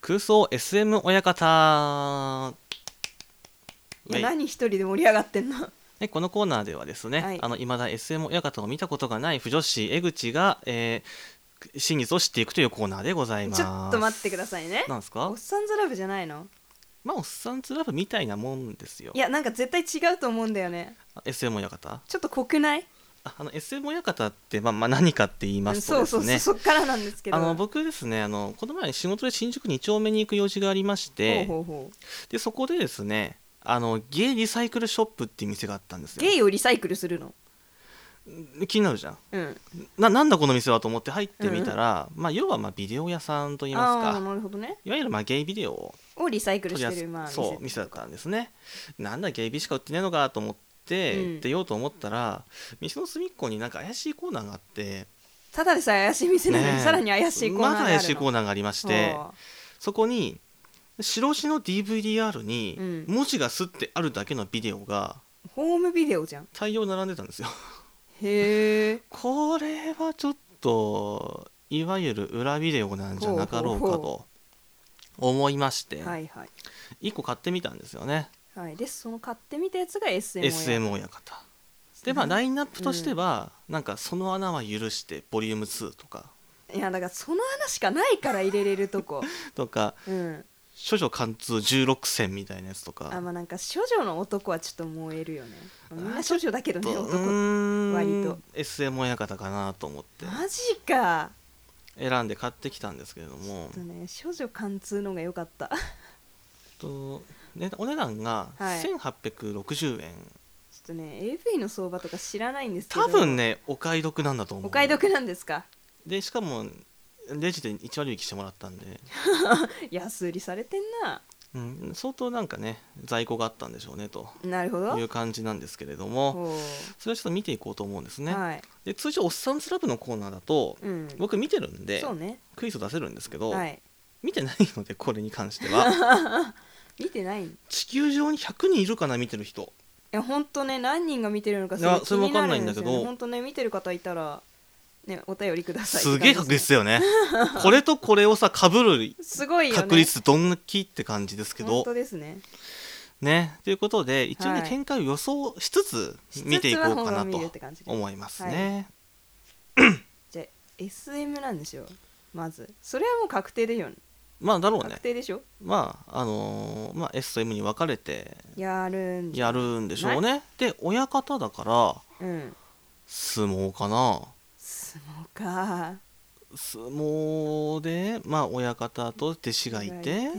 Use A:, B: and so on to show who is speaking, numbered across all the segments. A: 空想 SM 親方
B: いや
A: はい
B: 何一人で盛り上がってんの
A: でこのコーナーではですね、
B: はい
A: あの未だ SM 親方を見たことがない不女子江口が、えー真実を知っていくというコーナーでございます
B: ちょっと待ってくださいね
A: なんです
B: お
A: か
B: っさんずラブじゃないの
A: まあおっさんつラブみたいなもんですよ
B: いやなんか絶対違うと思うんだよね
A: SM 親方
B: ちょっと濃くない
A: ああの SM 親方って、まあ、まあ何かって言いますと
B: そ
A: です
B: うそうそう
A: ね
B: そっからなんですけど
A: あの僕ですねあのこの前仕事で新宿2丁目に行く用事がありまし
B: ほ
A: て
B: うほうほう
A: でそこでですねあのゲイリサイクルショップっていう店があったんですよ
B: ゲイをリサイクルするの
A: 気になるじゃん
B: うん
A: ななんだこの店はと思って入ってみたら、まあ、要はまあビデオ屋さんといいます
B: ああー
A: か
B: なるほどね
A: いわゆるまあゲイビデオを
B: をリサイクル
A: 取
B: し
A: り
B: て
A: 扱
B: るまあ
A: そう店だったんですねなんだゲイビしか売ってねえのかと思っ
B: う
A: て
B: ん
A: 出ようと思ったら店の隅っこになんか怪しいコーナーがあって
B: ただでさえ怪しい店なのに、
A: ねえ
B: さらに怪しいコーナー
A: まだ
B: があるの
A: 怪しいコーナーがありまして
B: ほ
A: そこに白紙の DVDR に
B: うん
A: 文字がすってあるだけのビデオが
B: うホームビデオじゃん
A: 大量並んでたんですよ
B: へえ
A: これはちょっといわゆる裏ビデオなんじゃなかろうか
B: ほうほう
A: と思いまして
B: はいはい
A: 1個買ってみたんですよね
B: はいでその買ってみたやつが SM をやる
A: SM 親方でまあラインナップとしてはなんか「その穴は許して」ボリューム2とか
B: いやだからその穴しかないから入れれるとこ
A: とか
B: うん
A: 「処女貫通16選」みたいなやつとか
B: あまあなんか処女の男はちょっと燃えるよねみんな処女だけど
A: ちょ
B: ね
A: っとう
B: 男
A: ーん
B: 割と
A: SM 親方かなと思って
B: マジか
A: 選んで買ってきたんですけれども
B: ちょっとね処女貫通のが良かった
A: と、ね、お値段が
B: はい
A: 1860円、
B: ちょっとね AV の相場とか知らないんですけど
A: 多分ねお買い得なんだと思う
B: お買い得なんですか
A: でしかもレジで1割引きしてもらったんで、
B: 安売りされてんな
A: うん、相当なんかね在庫があったんでしょうねと
B: なるほ
A: い
B: ど
A: う感じなんですけれども
B: ほ
A: それはちょっと見ていこうと思うんです
B: う
A: ね、
B: はい
A: で通常「おっさんスラブ」のコーナーだと
B: うん
A: 僕見てるんで
B: そうね
A: クイズ出せるんですけど、
B: はい
A: 見てないのでこれに関しては
B: 見てないい
A: 地球上に100人いるかな見てる人
B: や本当ね何人が見てるのか
A: い
B: すご
A: や
B: い気にな
A: それわかんない
B: るん
A: ん
B: で
A: だ
B: す
A: け
B: よ
A: ど
B: ね本当ね見てる方いたらねお便りください
A: すげえ確率
B: す
A: だよね これとこれをさ被る
B: すごいよね
A: 確率どんなきって感じですけ
B: 本
A: ど
B: 当ですね
A: ねということで一応
B: は
A: ね
B: い
A: 見解を予想しつつ見ていこうかな
B: 見るっ
A: と
B: て感じで
A: 思いますね、
B: じゃあ SM なんでしょうまずそれはもう確定でよね
A: まあだろうね
B: 確定でしょ
A: まああのーまあ S と M に分かれて
B: やるんじゃ
A: やるんでしょうねで親方だから
B: うん
A: 相撲かな
B: 相撲か
A: 相撲でまあ親方と弟子がいて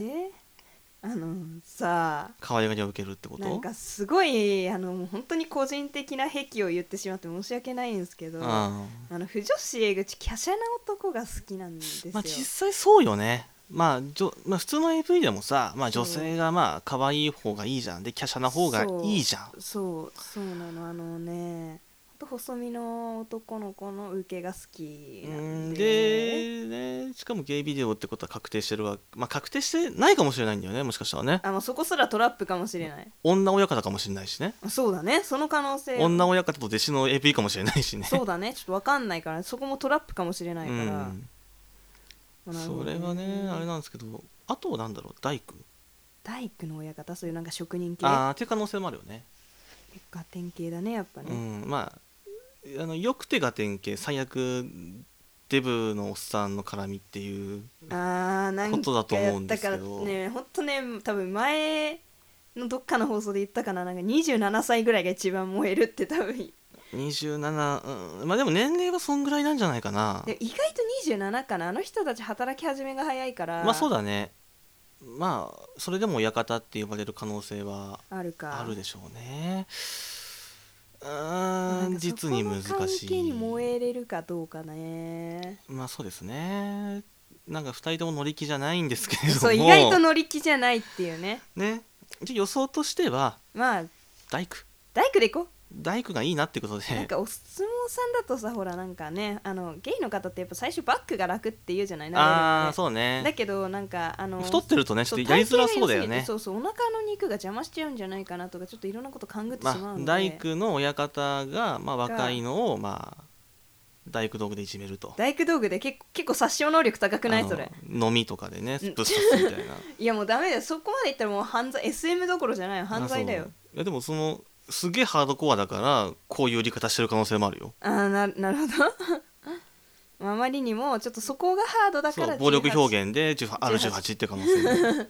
B: あのさあ
A: 可愛がりを受けるってこ
B: なん
A: と
B: かすごいあのもう本当に個人的な癖を言ってしまって申し訳ないんですけどあ
A: あ
B: の不女子江口華奢な男が好きなんですよ、
A: まあ実際そうよねまあ、じょまあ普通の AV でもさ、まあ、
B: そう
A: 女性がまあ可愛い方がいいじゃんで華奢な方がいいじゃん
B: そうそうなのあのねほんと細身の男の子の受けが好きな
A: うんんで
B: で
A: ねしかもゲイビデオってことは確定してるわまあ確定してないかもしれないんだよねもしかしたらね
B: あのそこすらトラップかもしれない
A: 女親方かもしれないしね
B: あそうだねその可能性
A: 女親方と弟子の AV かもしれないしね
B: そうだねちょっとわかんないからそこもトラップかもしれないか
A: う
B: ら、
A: ん
B: まあなるほ
A: そ
B: ど
A: れはねあれなんですけどあとなんだろう大工
B: 大工の親方そういうなんか職人系
A: ああっていう可能性もあるよね
B: 結果典型だねやっぱね、
A: うんまああのよく手が典型最悪デブのおっさんの絡みっていう
B: あーなん
A: ことだと
B: か
A: 思
B: や
A: う
B: っ
A: んで
B: た
A: すけ
B: か
A: ど
B: らね本当ね多分前のどっかの放送で言ったかななんか27歳ぐらいが一番燃えるって多分
A: 27、うん、まあでも年齢はそんぐらいなんじゃないかな
B: で意外と27かなあの人たち働き始めが早いから
A: まあそうだねまあそれでも親方って呼ばれる可能性は
B: あるか
A: あるでしょうねう
B: な
A: ー
B: ん
A: ん
B: か
A: 実に難
B: そこの
A: し
B: 関係に
A: い
B: 燃えれるかどう かね
A: まあそうですねなんか2人とも乗り気じゃないんですけれども
B: そう意外と乗り気じゃないっていうね
A: ねじゃあ予想としては
B: まあ
A: 大工
B: 大工 で行こ
A: 大工がいいなってこと
B: うなん
A: で
B: かお相撲さんだとさほらなんかねあのゲイの方ってやっぱ最初バックが楽って言うじゃない
A: ああ
B: 慣れるのね
A: そうね
B: だけどなんかあの
A: 太ってるとねちょ
B: そ
A: っ
B: う
A: とやりづらそうだよ
B: 体型が良すぎて
A: ね
B: そうそうお腹の肉が邪魔しちゃうんじゃないかなとかちょっといろんなこと勘ぐってしまう
A: まあ
B: ので、
A: 大工の親方がまあ若いのをまあ大工道具でいじめると
B: 大工道具で結構結構殺傷能力高くないそれ
A: あの飲みとかでね
B: う
A: ブ
B: ん
A: ッ刺すみたいな
B: いやもうダメだよそこまでいったらもう犯罪 SM どころじゃないよ犯罪
A: あ
B: だ
A: そ
B: よ
A: ういやでもそのすげえハードコアだからこういう売り方してる可能性もあるよ
B: あーななるほど あまりにもちょっとそこがハードだか
A: そ
B: ら
A: う暴力
B: 現
A: 表現で R18 って可能 性もある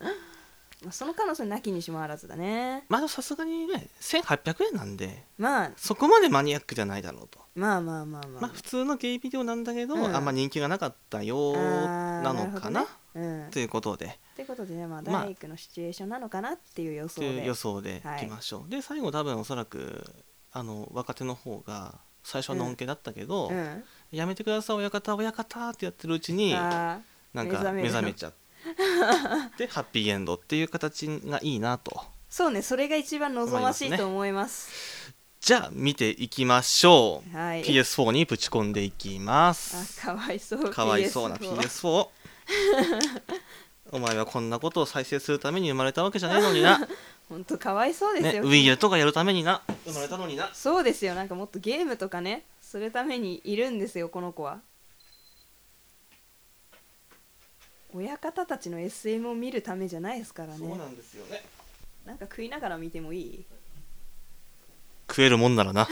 B: その可能性なきにしもあらずだね
A: まあでもさすがにね1800円なんで
B: まあ
A: そこまでマニアックじゃないだろうと、
B: まあまあまあまあ、
A: まあ、普通のゲイビデオなんだけど、
B: うん
A: あんま人気がなかったよ
B: あー
A: なのかな
B: るほどねうん、っ
A: ということで
B: てことでね、まあ、
A: まあ
B: 大工のシチュエーションなのかなっていう予想
A: とい
B: で
A: う予想で
B: はい
A: いきましょう、で最後多分おそらくあの若手の方が最初はのんけだったけど、
B: うん、
A: やめてください親方親方ってやってるうちに
B: あー
A: なんか
B: 目
A: 目
B: 覚
A: 覚
B: め
A: めちゃって ハッピーエンドっていう形がいいなと
B: そうねそれが一番望まし
A: 思います
B: い
A: ね
B: と思います
A: じゃあ見ていきましょう、
B: はい
A: PS4 にぶち込んでいきます
B: あかわいそう
A: かわいそうな
B: PS4
A: PS4 お前はこんなことを再生するために生まれたわけじゃないのに な、ね、
B: ほんとかわいそうですよ、
A: Wii U とかやるためにな生まれたのにな
B: そうですよなんかもっとゲームとかねするためにいるんですよこの子は親方たちの SM を見るためじゃないですからね
A: そう
B: な
A: なんですよね
B: んか食いながら見てもいい
A: 食えるもんならな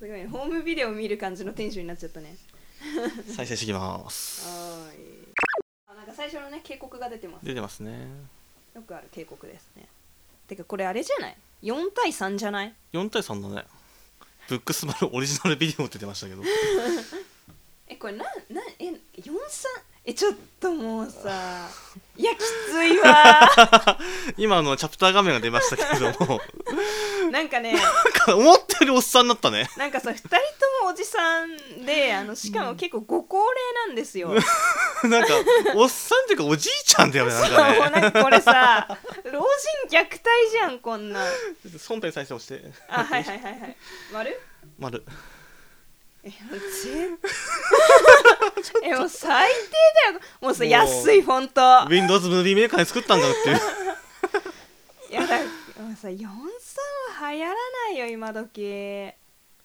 B: すごいねホームビデオ見る感じのテンションになっちゃったね
A: 再生してきます
B: はーいあなんか最初のね警告が出てます
A: 出てますね
B: よくある警告ですねてかこれあれじゃない4対3じゃない
A: 4対3だねブックスバルオリジナルビデオって出ましたけど
B: えこれなんなんえ43えちょっとも うさいやきついわ
A: 今あのチャプター画面が出ましたけれども
B: ーなんかね
A: なんか思ったよりおっさんになったね
B: なんかさ2人ともおじさんであのしかも結構ご高齢なんですよ、
A: なんかおっさんっていうかおじいちゃんだよねなん
B: そうも
A: か
B: う
A: ね
B: なんかこれさ 老人虐待じゃんこんなん
A: 本編再生押して
B: あはいはいはいはい丸
A: 丸
B: え全 えもう最低だよもうさ
A: もう
B: 安いフォント
A: Windows ムービーメーカーで作ったんだっていう
B: いやだもうさ43は流行らないよ今時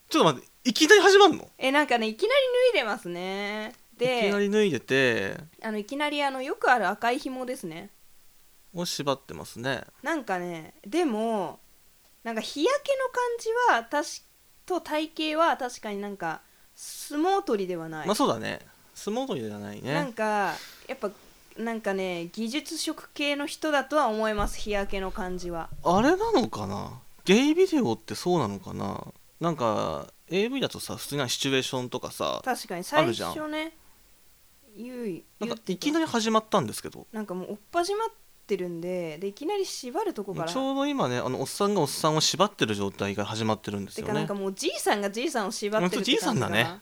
A: ちょっと待っていきなり始まるの
B: えなんかねいきなり脱いでますね
A: いきな
B: で
A: り脱いでて
B: あのいきなりあのよくある赤い紐ですね
A: を縛ってますね
B: なんかねでもなんか日焼けの感じはたしと体型は確かになんか相撲取りではない、
A: まあそうだね相撲取りじゃない
B: な
A: ね
B: んかやっぱなんかね技術職系の人だとは思います日焼けの感じは
A: あれなのかなゲイビデオってそうなのかななんか AV だとさ普通にシチュエーションとかさ
B: 確かに
A: あ
B: 最
A: るじゃん
B: 初ねゆい
A: なん
B: ゆ
A: か
B: って
A: いきなり始まったんですけど
B: なんかもう追っ始まってるんででいきなり縛るとこから
A: ちょうど今ねあのおっさんがおっさんを縛ってる状態が始まってるんです
B: て
A: よ
B: かなん
A: ね
B: かもうじいさんがじいさんを縛ってるって
A: ほんとじいさんだね
B: 感じかな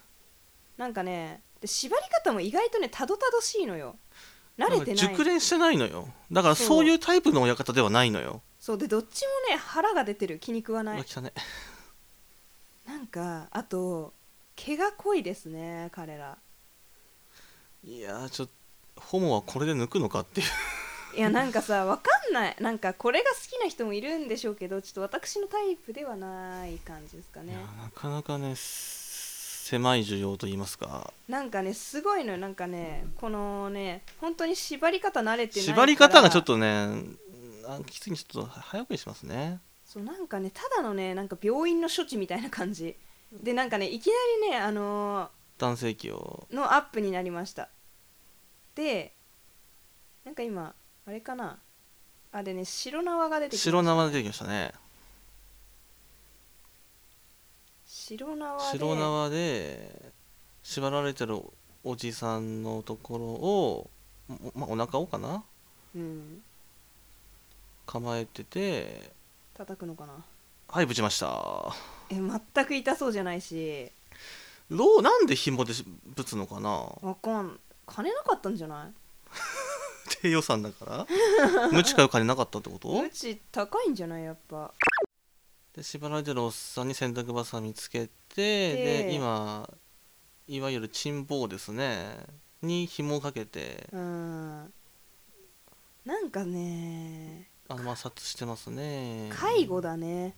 B: なんかねで縛り方も意外とねたどたどしいのよ慣れて
A: んか
B: ない
A: 熟練してないのよだからそういうタイプの親方ではないのよ
B: そうでどっちもね腹が出てる気に食わな
A: うわ
B: い
A: 汚ね
B: なんかあと毛が濃いですね彼ら
A: いやーちょっとホモはこれで抜くのかっていう
B: いやなん かさわかんないなんかこれが好きな人もいるんでしょうけどちょっと私のタイプではない感じですか
A: い
B: ね
A: やーなかなかねす狭い需要と言いますか
B: なんかねすごいのよなんかねこのね本当に縛り方慣れてないから
A: 縛り方がちょっとねあきついんでちょっと早送りしますね
B: そうなんかねただのねなんか病院の処置みたいな感じでなんかねいきなりねあの
A: 男性器を
B: ーのアップになりましたでなんか今あれかなあでね白縄が出てき
A: 白縄で出てきましたね
B: 白縄で
A: 白縄で縛られてるおじさんのところを、おまあ、お腹をかな
B: うん
A: 構えてて
B: 叩くのかな
A: はいぶちました
B: え全く痛そうじゃないし
A: ローなんで紐でぶつのかな
B: わかん金なかったんじゃない
A: 低予算だから 無知買う金なかったってこと
B: うち高いんじゃないやっぱ
A: で縛られてるおっさんに洗濯ばさみつけてで
B: で
A: 今いわゆるチンボウですねに紐をかけて
B: うんなんかね
A: あの摩擦してますね
B: 介護だね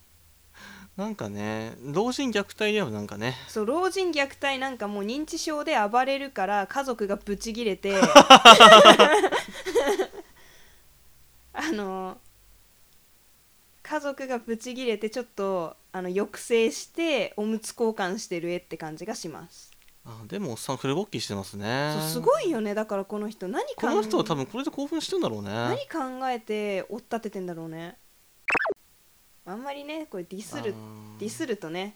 A: なんかね老人虐待だよなんかね
B: そう老人虐待なんかもう認知症で暴れるから家族がブチギ レてあの家族がブチギレてちょっとあの抑制しておむつ交換してる絵って感じがします、
A: あでもおっさんフル勃起してますね
B: そうす
A: い
B: ごいよねだからこの人何考
A: この人は多
B: え
A: 分これで興奮してんだろうね
B: 何考えて追っ立ててんだろうねあんまりねこれディスる
A: あー
B: ディスるとね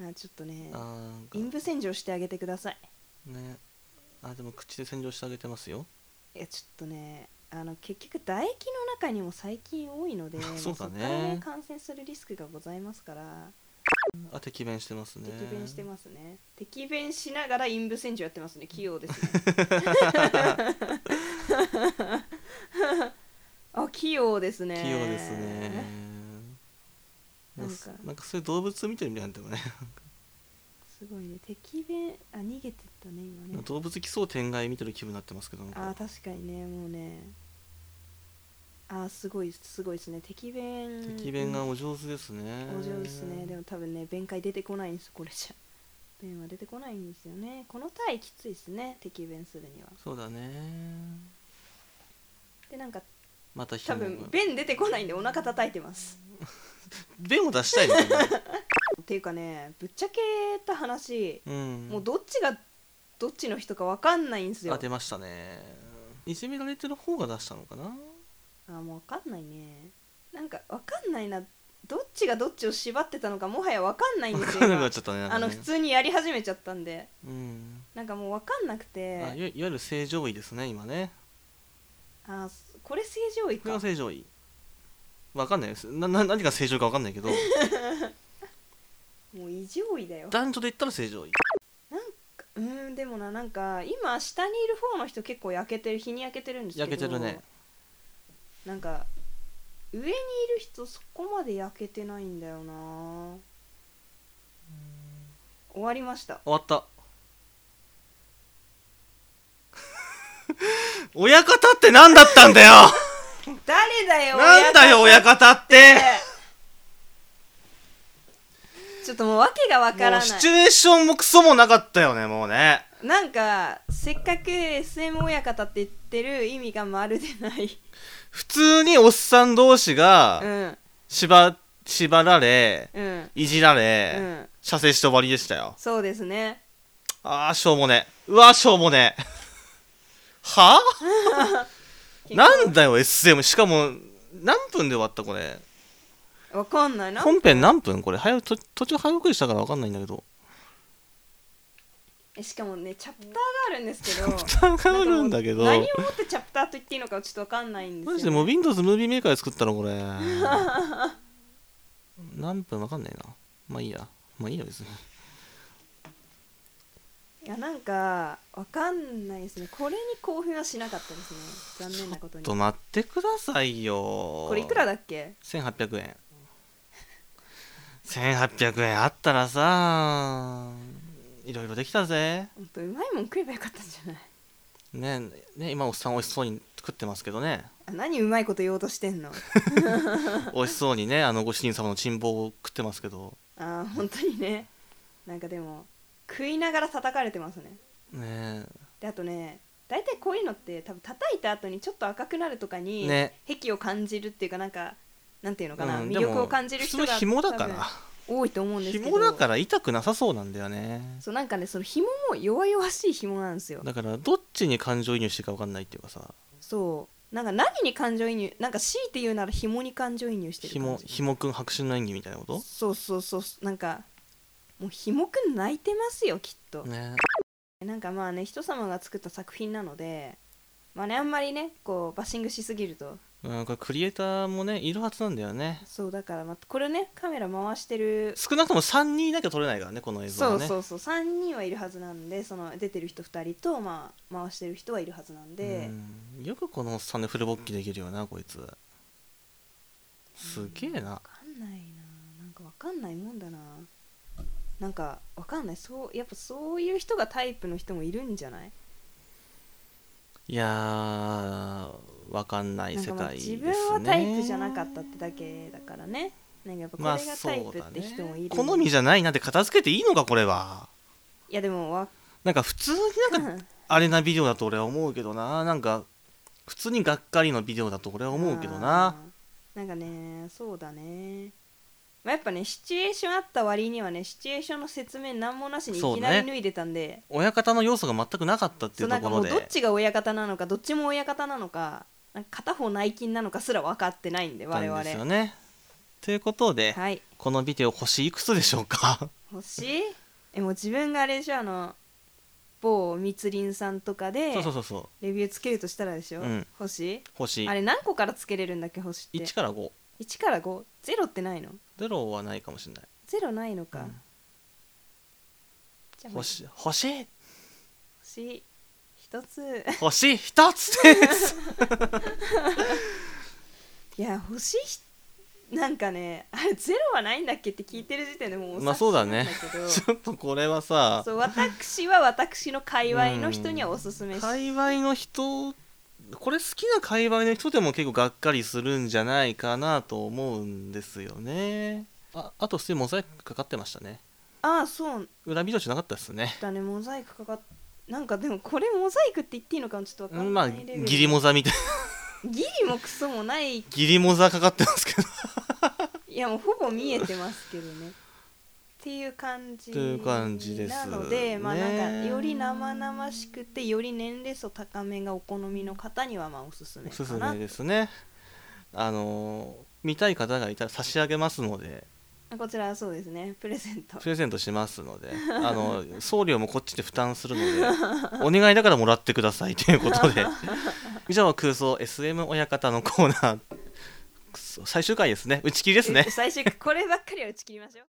B: あちょっとね
A: あーなんか
B: 陰部洗浄してあげてください
A: ねあでも口で洗浄してあげてますよ
B: いやちょっとねあの結局唾液の中にも細菌多いので
A: そうだね
B: まあそこからね感染するリスクがございますから
A: あ適便してますね
B: 適便してますね適便しながら陰部洗浄やってますね器 用ですねあ器用ですね
A: 器用ですね
B: なんか
A: なんかそういう動物見てるみたいなんだよね
B: すごいね適便あ逃げてったね今ね
A: 動物奇想天外見てる気分になってますけどなん
B: あ
A: か
B: ー確かにねもうねあーすごいすごいですね適便
A: 適便がお上手ですね
B: お上手ですねでも多分ね弁解出てこないんですこれじゃ弁は出てこないんですよねこの体きついですね敵弁するには
A: そうだね
B: でなんか
A: また
B: 多分弁出てこないんでお腹叩いてます
A: 便を出したいのか な
B: っていうかねぶっちゃけた話
A: うん
B: もうどっちがどっちの人かわかんないんですよ
A: あ出ましたねいじめられてる方が出したのかな
B: あもうわかんないねなんかわかんないなどっちがどっちを縛ってたのかもはやわかんないん
A: 分
B: です
A: か
B: よ
A: んなくなっ
B: 今
A: ちゃったねなんか
B: あ
A: ね
B: の普通にやり始めちゃったんで
A: うん
B: なんかもうわかんなくて
A: あいわいわゆる正常位ですね今ね
B: あそこれ正常位
A: これ
B: か
A: が正常位わかんないですなな何が正常かわかんない けど
B: もう異常位だよ
A: 男女で言ったら正常位
B: うーんでもななんか今下にいる方の人結構焼けてる日に焼けてるんですけど
A: 焼けてるね
B: なんか上にいる人そこまで焼けてないんだよな終わりました
A: 終わった 親方って何だったんだよ
B: 誰だよ
A: なんだよ親方って
B: ちょっともう訳がわから
A: もう
B: な
A: シ
B: い
A: チュエーションもクソもなかったよねもうね
B: なんかせっかく SM 親方って言ってる意味がまるでない
A: 普通におっさん同士が
B: うん
A: 縛縛られ
B: うん
A: いじら
B: う
A: れ、
B: ん
A: 射精して終わりでしたよ
B: そうですね
A: あーしょうもねうわーしょうもね は あなんだよ SM しかも何分で終わったこれ
B: わかんないな
A: 本編何分これ早と途中早送りしたから分かんないんだけど
B: えしかもねチャプターがあるんですけど
A: 分かるんだけど
B: なんかもう何をもってチャプターと言っていいのかちょっとわかんないんですよ、
A: マ
B: ね、
A: ジでもう Windows ムービーメーカーで作ったのこれ何分分かんないなまあいいやまあいいや別に
B: いやなんかわかんないですねこれに興奮はしなかったですね残念なことに
A: ちょっと待ってくださいよ
B: これいくらだっけ
A: 1800円1800円あったらさいろいろできたぜ
B: ほんとうまいもん食えばよかったんじゃない
A: ねね今おっさん美味しそうに作ってますけどね
B: あ何うまいこと言おうとしてんの
A: 美味しそうにねあのご主人様の珍宝を食ってますけど
B: あー本当にねなんかでも食いながら叩かれてますね
A: ね
B: であとね大体こういうのって多分叩いた後にちょっと赤くなるとかに、
A: ね
B: 癖を感じるっていうかなんかなんていうのかな、
A: うん
B: 魅力を感じる人
A: でも
B: が
A: 普通紐だか
B: 多分
A: ら
B: 多いと思うんですけど
A: 紐だから痛くなさそうなんだよね
B: そうなんかねその紐も弱々しい紐なんですよ
A: だからどっちに感情移入していいか分かんないっていうかさ
B: そうなんか何に感情移入なんか強いて言うなら紐に感情移入してる
A: ひ
B: 感
A: も
B: じ
A: ひもくん白紙の演技みたいなこ
B: そうそうそうなんかもう紐くん泣いてますよきっと
A: と、ね
B: なんかまあね人様が作った作品なのでまあねあんまりねこうバッシングしすぎると
A: うん、これクリエイターもねいるはずなんだよね
B: そうだからまあこれねカメラ回してる
A: 少なくとも3人いなきゃ撮れないからねこの映像は
B: そう
A: ね
B: そうそう3人はいるはずなんでその出てる人2人と、まあ、回してる人はいるはずなんで、
A: うんよくこのおっさんでフル勃起できるよなこいつすげえな
B: わかんないななんかわかんないもんだななんかわかんないそうやっぱそういう人がタイプの人もいるんじゃない
A: いやーわかんない世
B: なんかまあ
A: 界です
B: 自
A: ね
B: 分はタイプじゃなかったってだけだからねなんかやっぱこ
A: まあ
B: れが
A: そ
B: タイ
A: う
B: プっ
A: だ
B: て人もい
A: ね
B: る、
A: 好み
B: い
A: じゃないなんて片付けていいのかこれは
B: やでもわ
A: なんか普通になんかあれなビデオだと俺は思うけどななんか普通にがっかりのビデオだと俺は思うけどな
B: あーなんかねそうだね、まあ、やっぱねシチュエーションあった割にはねシチュエーションの説明何もなしにい
A: そう
B: き
A: ね
B: なり脱いでたんで
A: 親方の要素が全くなかったって
B: そ
A: いうう
B: な
A: と
B: んか
A: こ
B: も
A: ろ
B: う
A: で
B: どっちが親方なのかどっちも親方なのかなんか片方内勤なのかすら分かってないんで
A: だっ
B: 我
A: た
B: 々
A: んですよねということで、
B: はい
A: このビデオ星いくつでしょうか
B: 欲しいえもう自分があれでしょあの某密林さんとかで
A: そうそうそうそう
B: レビューつけるとしたらでしょ、
A: うん
B: 星
A: 星
B: あれ何個からつけれるんだっけ星って
A: 1から5
B: 1から50ってないの
A: ゼロはないかもしれない
B: ゼロないのか、
A: うん
B: じゃあ
A: 星星
B: 星一つ
A: 星一つです
B: いや星ひなんかねあれゼロはないんだっけって聞いてる時点でもうお
A: まあそうだね
B: 察しなんだけ
A: ちょっとこれはさ
B: どそう私は私の界隈の人にはおすすめし
A: 界隈の人これ好きな界隈の人でも結構がっかりするんじゃないかなと思うんですよねああと普通にモザイクかかってましたね
B: ああそう
A: 裏ビデオじゃなかったですね
B: だねモザイクかかっなんかでもこれモザイクって言っていいのかもちょっとわか
A: うん
B: ん
A: ま
B: な
A: あ
B: いレベル
A: ギリモザみたいな
B: ギリもクソもないい
A: ギリモザかかってますけど
B: やもうほぼ見えてますけどねっていう感じ
A: という感じです
B: なのでまあなんか
A: ね
B: より生々しくてより年齢層高めがお好みの方にはまあおすすめ
A: おすす
B: かな
A: めですねあのー見たい方がいたら差し上げますので
B: こちらはそうですねプレゼント
A: プレゼントしますの であの送料もこっちで負担するのでお願いだからもらってください ということで以上空想 SM 親方のコーナーくそ最終回ですね打ち切りですね
B: 最終回こればっかりは打ち切りましょう